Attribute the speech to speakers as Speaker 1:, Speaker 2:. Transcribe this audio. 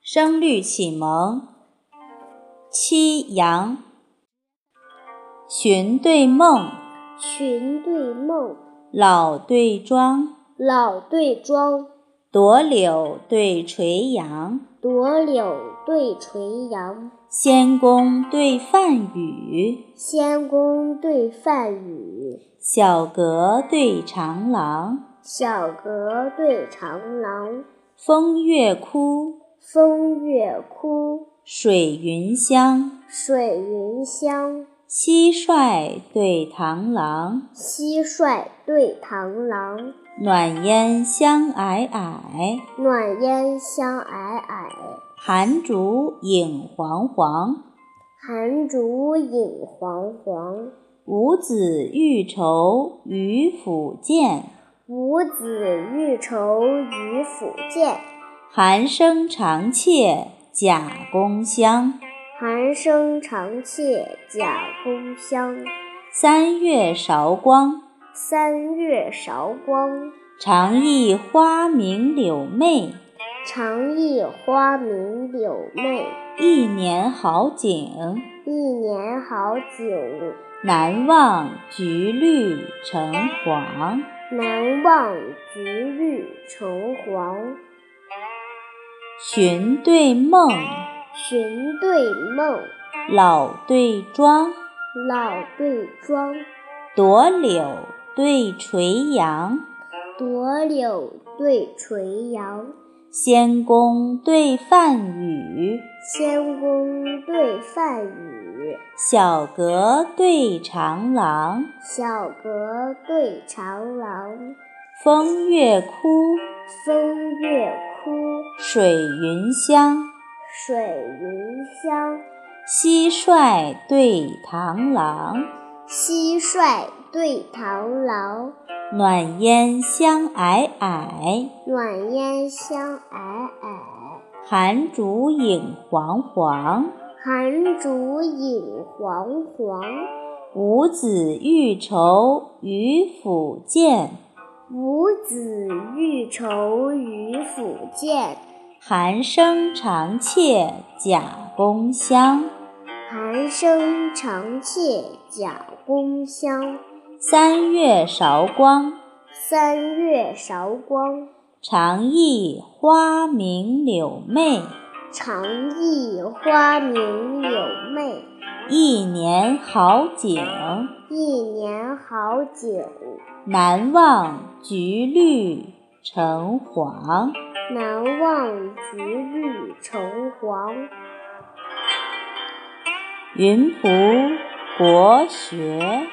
Speaker 1: 声律启蒙，七阳，寻对梦，
Speaker 2: 寻对梦，
Speaker 1: 老对庄，
Speaker 2: 老对庄，
Speaker 1: 朵柳对垂杨，
Speaker 2: 朵柳对垂杨，
Speaker 1: 仙宫对梵宇，
Speaker 2: 仙宫对梵宇，
Speaker 1: 小阁对长廊，
Speaker 2: 小阁对长廊，
Speaker 1: 风月窟，
Speaker 2: 风月窟，
Speaker 1: 水云香，
Speaker 2: 水云香，
Speaker 1: 蟋蟀对螳螂，
Speaker 2: 蟋蟀对螳螂，
Speaker 1: 暖烟香霭霭，
Speaker 2: 暖烟香霭霭，
Speaker 1: 寒竹影煌煌。
Speaker 2: 寒竹影煌煌，
Speaker 1: 五子欲愁与甫见，
Speaker 2: 五子欲愁与甫见。
Speaker 1: 寒声长切甲公香。
Speaker 2: 寒声长切甲公香，
Speaker 1: 三月韶光，
Speaker 2: 三月韶光，
Speaker 1: 长忆花明柳媚。
Speaker 2: 长忆花明柳媚。
Speaker 1: 一年好景，
Speaker 2: 一年好景，
Speaker 1: 难忘橘绿橙黄。
Speaker 2: 难忘橘绿橙黄。
Speaker 1: 寻对梦，
Speaker 2: 寻对梦，
Speaker 1: 老对庄，
Speaker 2: 老对庄，
Speaker 1: 朵柳对垂杨，
Speaker 2: 朵柳对垂杨，
Speaker 1: 仙宫对梵宇，
Speaker 2: 仙宫对梵宇，
Speaker 1: 小阁对长廊，
Speaker 2: 小阁对长廊，
Speaker 1: 风月窟，
Speaker 2: 风月窟，
Speaker 1: 水云香，
Speaker 2: 水云香，
Speaker 1: 蟋蟀对螳螂，
Speaker 2: 蟋蟀对螳螂，
Speaker 1: 暖烟香霭霭，
Speaker 2: 暖烟香霭霭，
Speaker 1: 寒竹影煌煌。
Speaker 2: 寒竹影煌煌。
Speaker 1: 五子欲愁与甫见，
Speaker 2: 五子欲愁与甫见，
Speaker 1: 寒声长切甲公香。
Speaker 2: 寒声长切甲公香。
Speaker 1: 三月韶光，
Speaker 2: 三月韶光，
Speaker 1: 长忆花明柳媚。
Speaker 2: 长忆花明柳媚。
Speaker 1: 一年好景，
Speaker 2: 一年好景，
Speaker 1: 难忘橘绿橙黄。
Speaker 2: 难忘橘绿橙黄。
Speaker 1: 云浦国学。